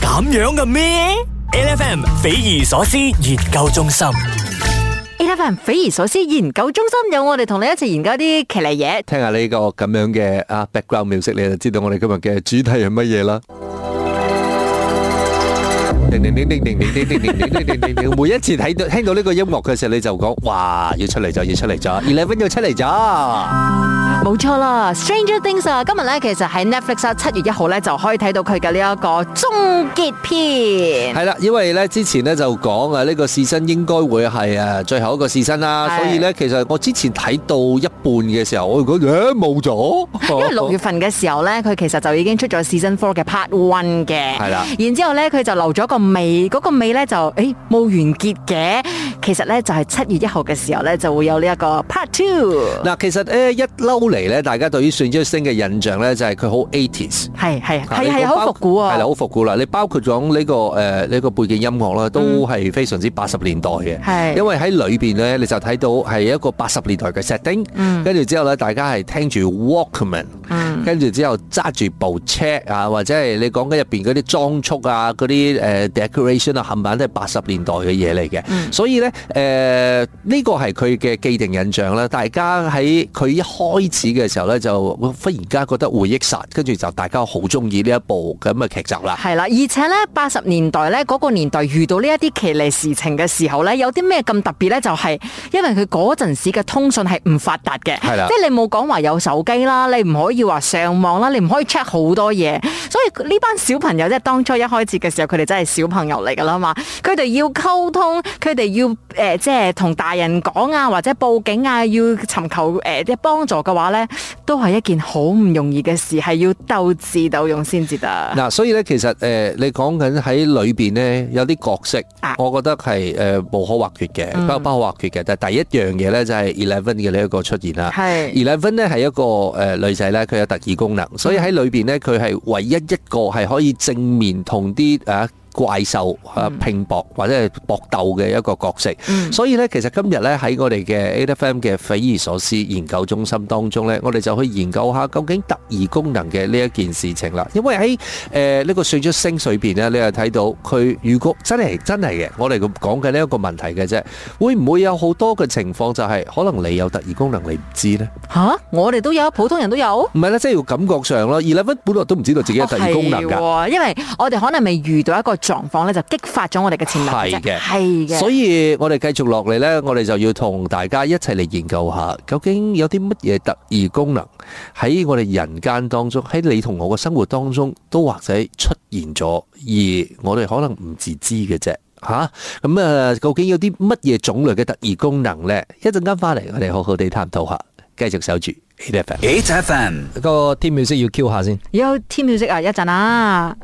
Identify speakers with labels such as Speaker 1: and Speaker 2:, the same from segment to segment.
Speaker 1: 咁樣嘅咩？L F M 匪夷所思研究中心。
Speaker 2: A F M 匪夷所思研究中心有我哋同你一齊研究啲騎呢嘢。
Speaker 3: 聽下呢個咁樣嘅啊 background music，你就知道我哋今日嘅主題係乜嘢啦。叮叮叮叮叮叮叮叮叮叮叮叮叮，每一次睇到聽到呢個音樂嘅時候，你就講哇，要出嚟咗，要出嚟咗，Eleven 要出嚟咗。
Speaker 2: 冇錯啦，Stranger Things 啊，今日咧其實喺 Netflix 啊，七月一號咧就可以睇到佢嘅呢一個終結篇。
Speaker 3: 係啦，因為咧之前咧就講啊，呢個試身應該會係誒最後一個試身啦，
Speaker 2: 係
Speaker 3: 所以咧其實我之前睇到一半嘅時候，我就覺得誒冇咗，
Speaker 2: 因為六月份嘅時候咧，佢其實就已經出咗 Season Four 嘅 Part One 嘅，
Speaker 3: 係啦
Speaker 2: 然之後咧，佢就留咗個尾，嗰、個尾咧就誒冇完結嘅。其實咧就係七月一號嘅時候咧，就會有呢一個 Part Two。
Speaker 3: 嗱，其實咧一嬲嚟咧，大家對於 Stranger Things 嘅印象咧就係佢好 80s。
Speaker 2: 係係
Speaker 3: 啊
Speaker 2: 係
Speaker 3: 你
Speaker 2: 係
Speaker 3: 包
Speaker 2: 好復古啊
Speaker 3: 係啦，！好復古啦。你包括咗呢個誒呢個背景音樂啦，都係非常之八十年代嘅。
Speaker 2: 嗯係
Speaker 3: 因為喺裏邊咧，你就睇到係一個八十年代嘅 setting，
Speaker 2: 嗯
Speaker 3: 跟住之後咧，大家係聽住 Walkman，跟住之後揸住部車啊，或者係你講緊入邊嗰啲裝束啊、嗰啲誒 decoration 啊，冚唪唥都係八十年代嘅嘢嚟嘅。所以咧誒呢個係佢嘅既定印象啦。大家喺佢一開始嘅時候咧，就忽然間覺得回憶殺，跟住就大家好中意呢一部咁嘅劇集啦。
Speaker 2: 係啦，而且咧八十年代咧嗰、個年代遇到呢一啲奇離事情嘅時候咧，有啲咩咁特別咧？就係、因為佢嗰陣時嘅通訊係唔發達嘅，
Speaker 3: 係啦
Speaker 2: 即係你冇講話有手機啦，你唔可以話上網啦，你唔可以 check 好多嘢，所以呢班小朋友即係當初一開始嘅時候，佢哋真係小朋友嚟㗎啦嘛，佢哋要溝通，佢哋要誒、呃即係同大人講啊，或者報警啊，要尋求誒即係幫助嘅話咧，都係一件好唔容易嘅事，係要鬥智鬥勇先至得。
Speaker 3: 嗱，所以咧，其實誒、呃你講緊喺裏邊咧，有啲角色
Speaker 2: 啊，嗯
Speaker 3: 我覺得係誒、呃、無可或缺嘅，不不可或缺嘅。但係第一樣嘢咧，就係 Eleven 嘅呢一個出現啦。
Speaker 2: 係
Speaker 3: Eleven 咧係一個誒、呃女仔咧，佢有特異功能，所以喺裏邊咧，佢係唯一一個係可以正面同啲啊。怪獸啊拼搏或者係搏鬥嘅一個角色，所以咧其實今日咧喺我哋嘅 8FM 嘅匪夷所思研究中心當中咧，我哋就去研究下究竟特異功能嘅呢一件事情啦。因為喺誒呢個水出星水邊咧，你又睇到佢如果真係真係嘅，我哋咁講嘅呢一個問題嘅啫，會唔會有好多嘅情況就係可能你有特異功能你唔知呢？
Speaker 2: 吓、我哋都有，普通人都有。
Speaker 3: 唔係咧，即係要感覺上咯。Eleven 本來都唔知道自己有特異功能㗎，
Speaker 2: 哦係喎因為我哋可能未遇到一個狀況咧，就激發咗我哋嘅潛能
Speaker 3: 係
Speaker 2: 啫
Speaker 3: 嘅
Speaker 2: 係嘅。
Speaker 3: 所以我哋繼續落嚟呢，我哋就要同大家一齊嚟研究下，究竟有啲乜嘢特異功能喺我哋人間當中，喺你同我嘅生活當中，都或者出現咗，而我哋可能唔自知嘅啫。吓咁啊！究竟有啲乜嘢種類嘅特異功能呢？一陣間翻嚟，我哋好好地探討下。繼續守住 A F M
Speaker 1: H F M
Speaker 3: 個 team music 要 Q 下先。
Speaker 2: 有 team music 啊，一陣啊，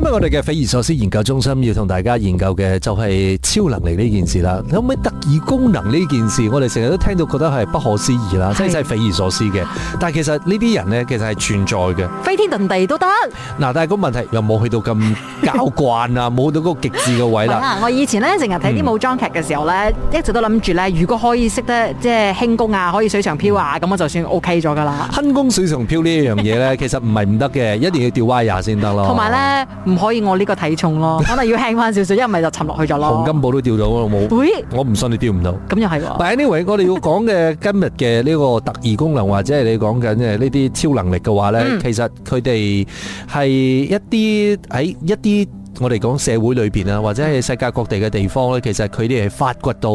Speaker 3: 今日我哋嘅匪夷所思研究中心要同大家研究嘅就係超能力呢件事啦。有冇特異功能呢件事？我哋成日都聽到覺得係不可思議啦，即係
Speaker 2: 係
Speaker 3: 真係匪夷所思嘅。但係其實呢啲人呢，其實係存在 嘅。
Speaker 2: 飛天遁地都得。
Speaker 3: 嗱，但係個問題又冇去到咁交慣啊，冇到嗰個極致嘅位
Speaker 2: 係
Speaker 3: 啦。
Speaker 2: 啦，我以前咧成日睇啲武裝劇嘅時候咧，一直都諗住咧，如果可以識得即係輕功啊，可以水上漂啊，咁我就算 OK 咗噶啦。
Speaker 3: 輕功水上漂呢一樣嘢呢，其實唔係唔得嘅，一定要吊歪廿先得咯。
Speaker 2: 同埋咧，唔可以我呢個體重咯，可能要輕翻少少，一唔係就沉落去咗咯。
Speaker 3: 洪金寶都吊到啊，冇，
Speaker 2: 咦，
Speaker 3: 我唔信你吊唔到。
Speaker 2: 咁又係喎。
Speaker 3: 但 anyway，我哋要講嘅今日嘅呢個特異功能或者係你講緊嘅呢啲超能力嘅話呢，
Speaker 2: 嗯
Speaker 3: 其實佢哋係一啲喺一啲。我哋講社會裏邊啊，或者係世界各地嘅地方呢，其實佢哋係發掘到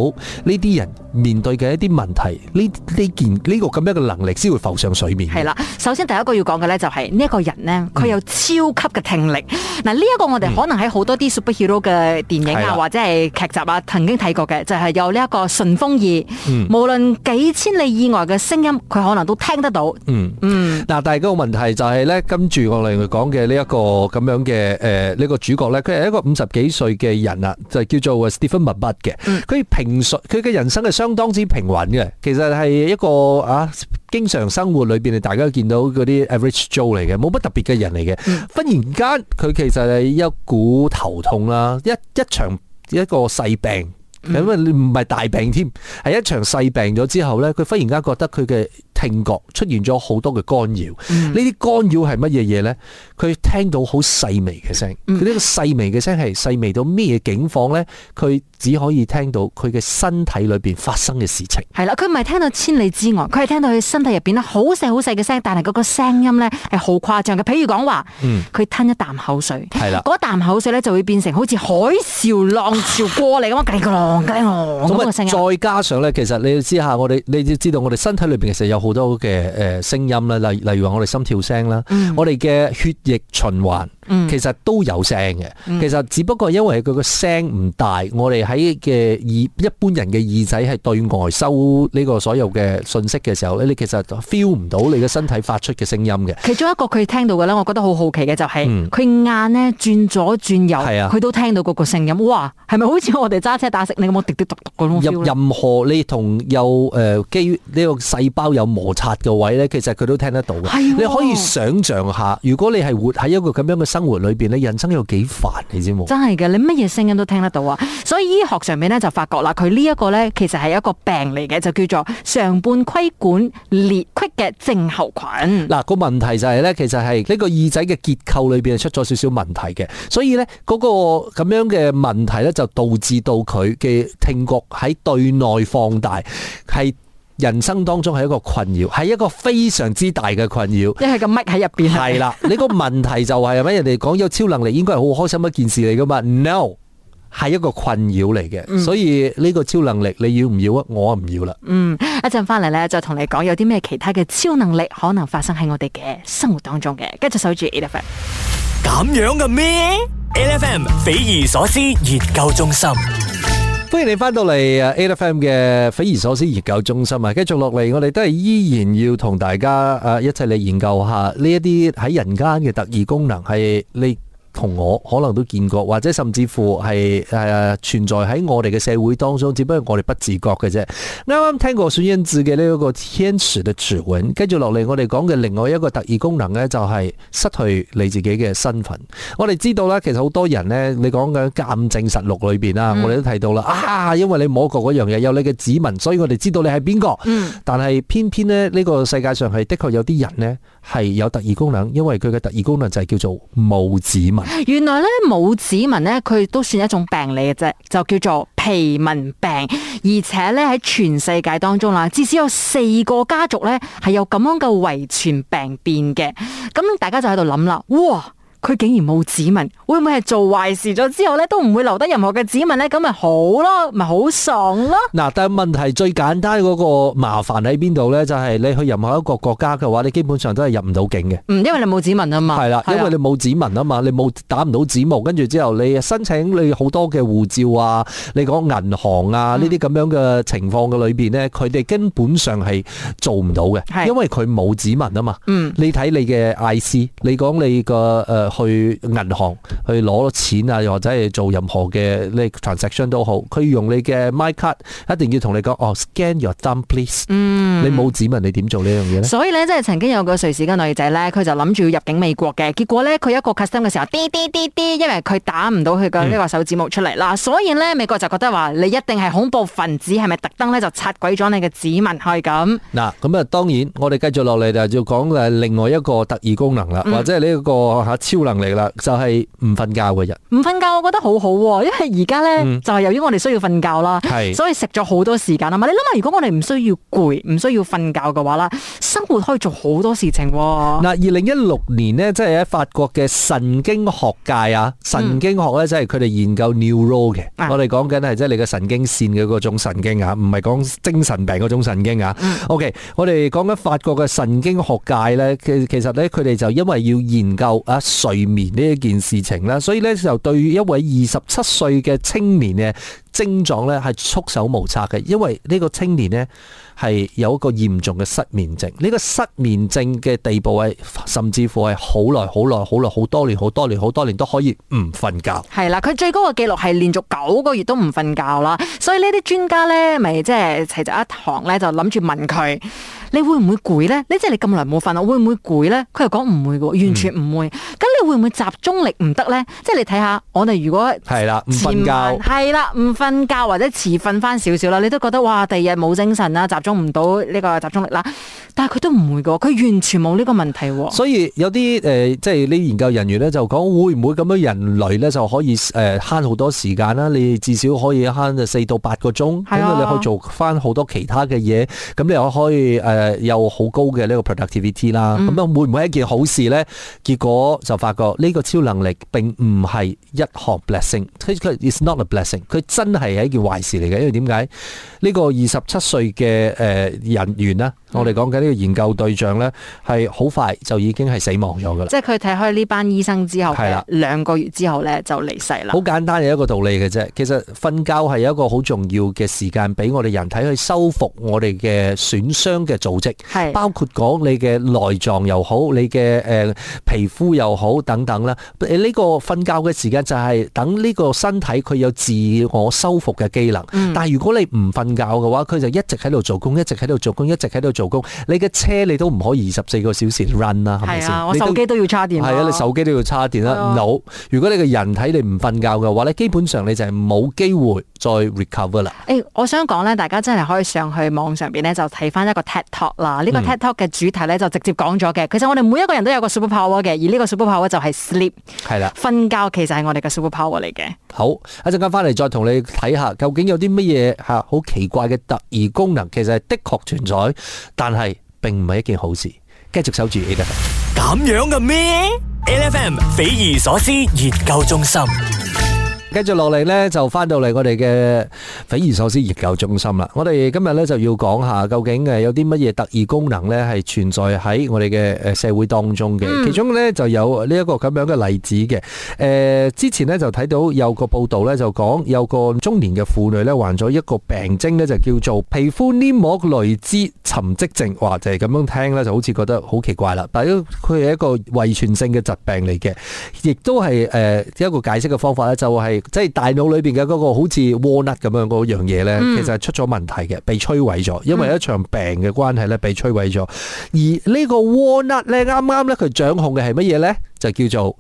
Speaker 3: 呢啲人面對嘅一啲問題，呢呢件呢個咁樣嘅能力先會浮上水面。
Speaker 2: 係啦，首先第一個要講嘅咧就係呢一個人咧，佢有超級嘅聽力。嗱，呢一個我哋可能喺好多啲 superhero 嘅電影
Speaker 3: 係啦
Speaker 2: 啊，或者係劇集啊，曾經睇過嘅，就係有呢一個順風
Speaker 3: 嗯
Speaker 2: 耳，無論幾千里以外嘅聲音，佢可能都聽得到。
Speaker 3: 嗯。
Speaker 2: 嗯，
Speaker 3: 嗱，但係嗰個問題就係咧，跟住我哋講嘅呢一個咁樣嘅誒呢個主角咧，佢係一個五十幾歲嘅人啦，就叫做 Stephen Moffat 嘅。佢平順，佢嘅人生係相當之平穩嘅。其實係一個啊，經常生活裏邊大家都見到嗰啲 average Joe 嚟嘅，冇乜特別嘅人嚟嘅。忽然間佢其實係一股頭痛啦，一一場一個細病。咁啊，唔係大病添，係一場細病咗之後咧，佢忽然間覺得佢嘅聽覺出現咗好多嘅干擾。呢啲干擾係乜嘢嘢呢？佢聽到好細微嘅聲，佢呢個細微嘅聲係細微到咩境況呢？佢只可以聽到佢嘅身體裏邊發生嘅事情。
Speaker 2: 係啦，佢唔係聽到千里之外，佢係聽到佢身體入邊咧好細好細嘅聲，但係嗰個聲音咧係好誇張嘅。譬如講話，佢吞一啖口水，
Speaker 3: 係啦
Speaker 2: 嗰啖口水咧就會變成好似海嘯浪潮過嚟咁樣，吉浪吉浪咁嘅聲音。
Speaker 3: 咁啊，再加上咧，其實你要知下我哋，你要知道我哋身體裏邊其實有好多嘅誒聲音啦，例例如話我哋心跳聲啦，我哋嘅血液循環其實都有聲嘅。其實只不過因為佢個聲唔大，我哋喺嘅耳一般人嘅耳仔係對外收呢個所有嘅信息嘅時候咧，你其實 feel 唔到你嘅身體發出嘅聲音嘅。
Speaker 2: 其中一個佢聽到嘅咧，我覺得好好奇嘅就係佢眼咧轉左轉右，
Speaker 3: 嗯係啊
Speaker 2: 佢都聽到嗰個聲音。哇，係咪好似我哋揸車打食你咁樣滴滴篤篤嗰種 feel 咧
Speaker 3: 任任何你同有誒基呢個細胞有摩擦嘅位咧，其實佢都聽得到嘅。
Speaker 2: 係喎
Speaker 3: 你可以想像下，如果你係活喺一個咁樣嘅生活裏邊，你人生有幾煩，你知冇？
Speaker 2: 真係嘅，你乜嘢聲音都聽得到啊！所以醫學上面咧就發覺啦，佢呢一個咧其實係一個病嚟嘅，就叫做上半規管裂隙嘅症候群。
Speaker 3: 嗱，個問題就係咧，其實係呢個耳仔嘅結構裏邊係出咗少少問題嘅，所以咧嗰個咁樣嘅問題咧，就導致到佢嘅聽覺喺對內放大，係人生當中係一個困擾，係一個非常之大嘅困擾。
Speaker 2: 因為個咪喺入邊啊
Speaker 3: 係啦，你個問題就係、係咪人哋講有超能力應該係好開心一件事嚟噶嘛？No，係一個困擾嚟嘅，所以呢個超能力你要唔要啊？我啊唔要啦。
Speaker 2: 嗯，一陣翻嚟咧再同你講有啲咩其他嘅超能力可能發生喺我哋嘅生活當中嘅，跟住守住 A F M。
Speaker 1: 咁樣嘅咩？L F M 匪夷所思研究中心
Speaker 3: 歡迎你翻到嚟誒 A F M 嘅匪夷所思研究中心啊！繼續落嚟，我哋都係依然要同大家誒一齊嚟研究下呢一啲喺人間嘅特異功能係你。同我可能都見過，或者甚至乎係誒、呃存在喺我哋嘅社會當中，只不過我哋不自覺嘅啫。啱啱聽過孫燕姿嘅呢一個天使嘅指紋，跟住落嚟我哋講嘅另外一個特異功能呢，就係失去你自己嘅身份。我哋知道啦，其實好多人呢，你講緊鑑證實錄裏邊啦，我哋都睇到啦，啊，因為你摸過嗰樣嘢有你嘅指紋，所以我哋知道你係邊個。但係偏偏呢，呢個世界上係的確有啲人呢，係有特異功能，因為佢嘅特異功能就係叫做冇指紋。
Speaker 2: 原來咧拇指紋咧，佢都算一種病嚟嘅啫，就叫做皮紋病。而且咧喺全世界當中啦，至少有四個家族咧係有咁樣嘅遺傳病變嘅。咁大家就喺度諗啦，哇！佢竟然冇指紋，會唔會係做壞事咗之後咧，都唔會留得任何嘅指紋咧？咁咪好咯，咪好爽咯！
Speaker 3: 嗱，但係問題最簡單嗰個麻煩喺邊度呢？就係、你去任何一個國家嘅話，你基本上都係入唔到境嘅。
Speaker 2: 嗯，因為你冇指紋啊嘛，
Speaker 3: 係啦，因為你冇指紋啊嘛，你冇打唔到指模，跟住之後你申請你好多嘅護照啊，你講銀行啊
Speaker 2: 嗯
Speaker 3: 呢啲咁樣嘅情況嘅裏邊呢，佢哋根本上係做唔到嘅，
Speaker 2: 係
Speaker 3: 因為佢冇指紋啊嘛。
Speaker 2: 嗯
Speaker 3: 你睇你嘅 IC，你講你個誒、呃去銀行去攞錢啊，又或者係做任何嘅你 transaction 都好，佢用你嘅 my card 一定要同你講哦，scan your thumb please。
Speaker 2: 嗯
Speaker 3: 你冇指紋，你點做呢樣嘢呢？
Speaker 2: 所以咧，即係曾經有個瑞士嘅女仔咧，佢就諗住入境美國嘅，結果咧佢一個 custom 嘅時候，滴滴滴滴，因為佢打唔到佢嘅呢個手指模出嚟啦，所以咧美國就覺得話你一定係恐怖分子，係咪特登咧就拆鬼咗你嘅指紋去咁？
Speaker 3: 嗱，咁啊，當然我哋繼續落嚟就要講誒另外一個特異功能啦，或者係呢一個嚇超能力啦，就係唔瞓覺嘅人。
Speaker 2: 唔瞓覺，我覺得好好、喎，因為而家咧就係由於我哋需要瞓覺啦，
Speaker 3: 係
Speaker 2: 所以食咗好多時間啊嘛。你諗下，如果我哋唔需要攰，唔需要瞓覺嘅話啦，生活可以做好多事情、喎。
Speaker 3: 嗱，二零一六年呢，即係喺法國嘅神經學界啊，神經學咧即係佢哋研究 neuro 嘅，
Speaker 2: 啊
Speaker 3: 我哋講緊係即係你嘅神經線嘅嗰種神經啊，唔係講精神病嗰種神經啊。OK，我哋講緊法國嘅神經學界咧，其其實咧佢哋就因為要研究啊睡眠呢一件事情啦，所以咧就對一位二十七歲嘅青年嘅症狀咧係束手無策嘅，因為呢個青年呢係有一個嚴重嘅失眠症。呢個失眠症嘅地步係甚至乎係好耐、好耐、好耐、好多年、好多年、好多年都可以唔瞓覺。
Speaker 2: 係啦，佢最高嘅記錄係連續九個月都唔瞓覺啦，所以呢啲專家咧，咪即係齊集一堂咧，就諗住問佢：
Speaker 3: 嗯
Speaker 2: 你會唔會攰咧？你即係你咁耐冇瞓啊，會唔會攰咧？佢又講唔會嘅喎，完全唔會。咁、係會唔會集中力唔得咧？即係你睇下，我哋如果
Speaker 3: 係啦，唔
Speaker 2: 前晚
Speaker 3: 瞓覺。
Speaker 2: 係啦，唔瞓覺或者遲瞓翻少少啦，你都覺得哇，第二日冇精神啦，集中唔到呢個集中力啦。但係佢都唔會噶，佢完全冇呢個問題喎。
Speaker 3: 所以有啲誒、呃即係啲研究人員咧就講，會唔會咁樣人類咧就可以誒慳好多時間啦？你至少可以慳呃四到八個鐘，
Speaker 2: 係
Speaker 3: 咁、
Speaker 2: 啊
Speaker 3: 你可以做翻好多其他嘅嘢，咁你又可以誒、呃有好高嘅呢個 productivity 啦。咁、樣會唔會係一件好事咧？結果就發覺呢個超能力並唔係一項 blessing，佢佢 is not a blessing，佢真係係一件壞事嚟嘅，因為點解？呢個二十七歲嘅誒呃人員啦，我哋講緊呢個研究對象咧，係好快就已經係死亡咗噶啦。
Speaker 2: 即係佢睇開呢班醫生之後
Speaker 3: 係啦，
Speaker 2: 兩個月之後咧就離世啦
Speaker 3: 好。簡單嘅一個道理嘅啫，其實瞓覺係一個好重要嘅時間，俾我哋人體去修復我哋嘅損傷嘅組織。
Speaker 2: 係
Speaker 3: 包括講你嘅內臟又好，你嘅誒、呃皮膚又好等等啦。誒呢個瞓覺嘅時間就係等呢個身體佢有自我修復嘅機能。但係如果你唔瞓覺嘅話，佢就一直喺度做工，一直喺度做工，一直喺度做工。你嘅車你都唔可以二十四個小時 run 啦，係咪
Speaker 2: 係
Speaker 3: 先？
Speaker 2: 啊，我
Speaker 3: 你都
Speaker 2: 手機都要叉電。
Speaker 3: 係啊，你手機都要插電
Speaker 2: 係啊
Speaker 3: 啦。腦，如果你嘅人體你唔瞓覺嘅話咧，基本上你就係冇機會再 recover 啦。
Speaker 2: 誒、我想講咧，大家真係可以上去網上邊咧，就睇翻一個 TED Talk 啦。呢、個
Speaker 3: 嗯
Speaker 2: TED Talk 嘅主題咧，就直接講咗嘅。其實我哋每一個人都有個 super power 嘅，而呢個 super power 就係 sleep。
Speaker 3: 係啦。
Speaker 2: 瞓覺其實係我哋嘅 super power 嚟嘅。
Speaker 3: 好，一陣間翻嚟再同你睇下，究竟有啲乜嘢吓好奇怪嘅特異功能，其實係的確存在，但係並唔係一件好事。繼續守住 A 得。
Speaker 1: 咁樣嘅咩？L F M 匪夷所思研究中心。
Speaker 3: 跟住落嚟呢，就翻到嚟我哋嘅匪夷所思研究中心啦。我哋今日呢，就要講下究竟誒有啲乜嘢特異功能呢係存在喺我哋嘅誒社會當中嘅。其中呢，就有呢一個咁樣嘅例子嘅。誒、呃之前呢，就睇到有個報道呢，就講有個中年嘅婦女呢，患咗一個病徵呢，就叫做皮膚黏膜類脂沉積症。哇，就係、咁樣聽呢，就好似覺得好奇怪啦。但係佢係一個遺傳性嘅疾病嚟嘅。亦都係誒、呃一個解釋嘅方法咧，就係即係大腦裏邊嘅嗰個好似 walnut 咁樣嗰樣嘢咧，
Speaker 2: 嗯
Speaker 3: 其實係出咗問題嘅，被摧毀咗，因為一場病嘅關係咧，被摧毀咗。而呢個 walnut 咧，啱啱咧佢掌控嘅係乜嘢咧？就叫做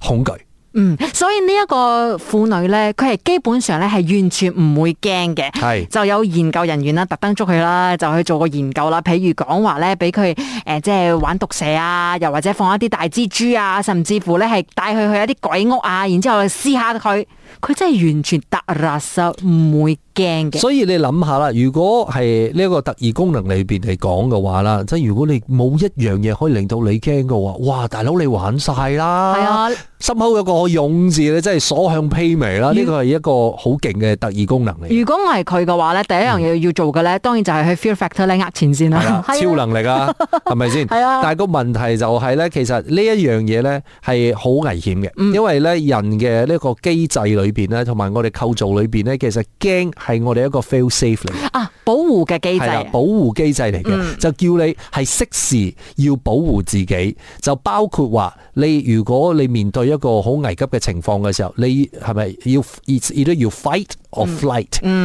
Speaker 3: 恐懼。
Speaker 2: 嗯，所以呢一個婦女咧，佢係基本上咧係完全唔會驚嘅。
Speaker 3: 係
Speaker 2: 就有研究人員啦，特登捉佢啦，就去做個研究啦。譬如講話咧，俾佢誒即係玩毒蛇啊，又或者放一啲大蜘蛛啊，甚至乎咧係帶佢去一啲鬼屋啊，然之後試下佢，佢真係完全突然實唔會驚嘅。
Speaker 3: 所以你諗下啦，如果係呢一個特異功能裏邊嚟講嘅話啦，即係如果你冇一樣嘢可以令到你驚嘅話，哇！大佬你玩晒啦，
Speaker 2: 係啊，
Speaker 3: 心口有個勇字咧，真係所向披靡啦！呢個係一個好勁嘅特異功能嚟，
Speaker 2: 如果我係佢嘅話咧，第一樣嘢要做嘅咧，當然就係去 Fear Factor 咧呃錢先
Speaker 3: 係
Speaker 2: 啦
Speaker 3: 嗯啦，。
Speaker 2: 係啊
Speaker 3: 超能力啊，係咪先？
Speaker 2: 係啊
Speaker 3: 但係個問題就係咧，其實呢一樣嘢咧係好危險
Speaker 2: 嗯
Speaker 3: 嘅，因為咧人嘅呢個機制裏邊咧，同埋我哋構造裏邊咧，其實驚係我哋一個 fail safe 嚟嘅。
Speaker 2: 啊，保護嘅機制
Speaker 3: 係啦，保護機制嚟嘅，就叫你係適時要保護自己，就包括話你如果你面對一個好危急嘅情況嘅時候，你係咪要亦都要 fight or flight？、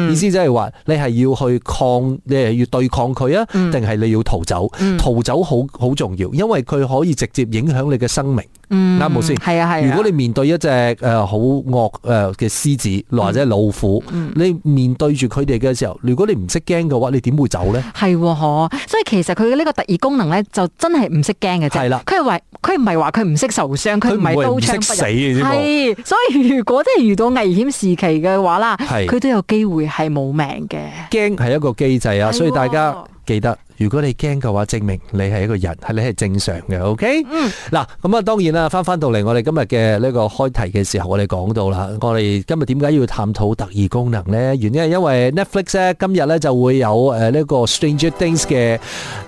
Speaker 3: 意思即係話你係要去抗，你係要對抗佢啊，定係你要逃走？逃走好好重要，因為佢可以直接影響你嘅生命，啱冇先？
Speaker 2: 係啊係啊
Speaker 3: 如果你面對一隻誒好惡誒嘅獅子或者老虎，
Speaker 2: 嗯
Speaker 3: 你面對住佢哋嘅時候，如果你唔識驚嘅話，你點會走呢？
Speaker 2: 係喎，嗬！所以其實佢嘅呢個特異功能咧，就真係唔識驚嘅啫。
Speaker 3: 係啦
Speaker 2: 佢係話佢唔係話佢唔識受傷，佢唔係刀槍
Speaker 3: 佢唔會唔識死嘅啫嘛
Speaker 2: 嘅。係，所以如果真係遇到危險時期嘅話啦，
Speaker 3: 係
Speaker 2: 佢都有機會係冇命嘅。
Speaker 3: 驚係一個機制啊，
Speaker 2: 係喎
Speaker 3: 所以大家記得，如果你驚嘅話，證明你係一個人，係你係正常嘅，OK？嗱，咁啊，當然啦，翻翻到嚟我哋今日嘅呢個開題嘅時候，我哋講到啦，我哋今日點解要探討特異功能呢？原因係因為 Netflix 咧今日咧就會有誒呢個 Stranger Things 嘅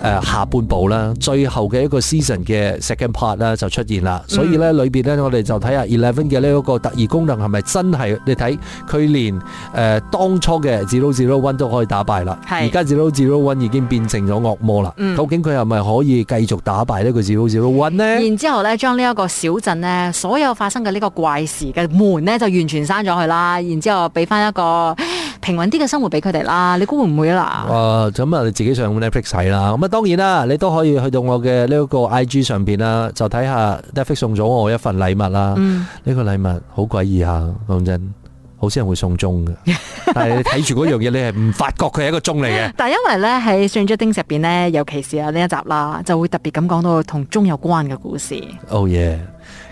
Speaker 3: 誒下半部啦，最後嘅一個 season 嘅 second part 啦就出現啦，所以咧裏邊咧我哋就睇下 Eleven 嘅呢一個特異功能係咪真係？你睇佢連誒當初嘅 Zero Zero One 都可以打敗啦，
Speaker 2: 係
Speaker 3: 而家 Zero Zero One 已經變成咗惡魔啦。究竟佢係咪可以繼續打敗呢個 Zero Zero One 呢？
Speaker 2: 然之後咧，將呢一個小鎮咧，所有發生嘅呢個怪事嘅門咧，就完全閂咗佢啦。然之後俾翻一個平穩啲嘅生活俾佢哋啦。你估會唔會啦？
Speaker 3: 哇！咁啊，你自己上 Netflix 睇啦。咁啊，當然啦，你都可以去到我嘅呢一個 IG 上邊啦，就睇下 Netflix 送咗我一份禮物啦。
Speaker 2: 嗯
Speaker 3: 呢個禮物好詭異下，講真，好少人會送鐘嘅。但係你睇住嗰樣嘢，你係唔發覺佢係一個鐘嚟嘅。
Speaker 2: 但因為咧喺《Stranger Things》入邊咧，尤其是啊呢一集啦，就會特別咁講到同鐘有關嘅故事。
Speaker 3: Oh yeah！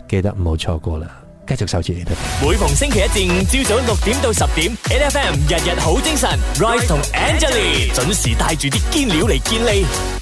Speaker 3: 記得唔好錯過啦，繼續守住你哋。
Speaker 1: 每逢星期一至五朝早六點到十點，N F M 日日好精神，Rise 同 Angelie 準時帶住啲堅料嚟健利。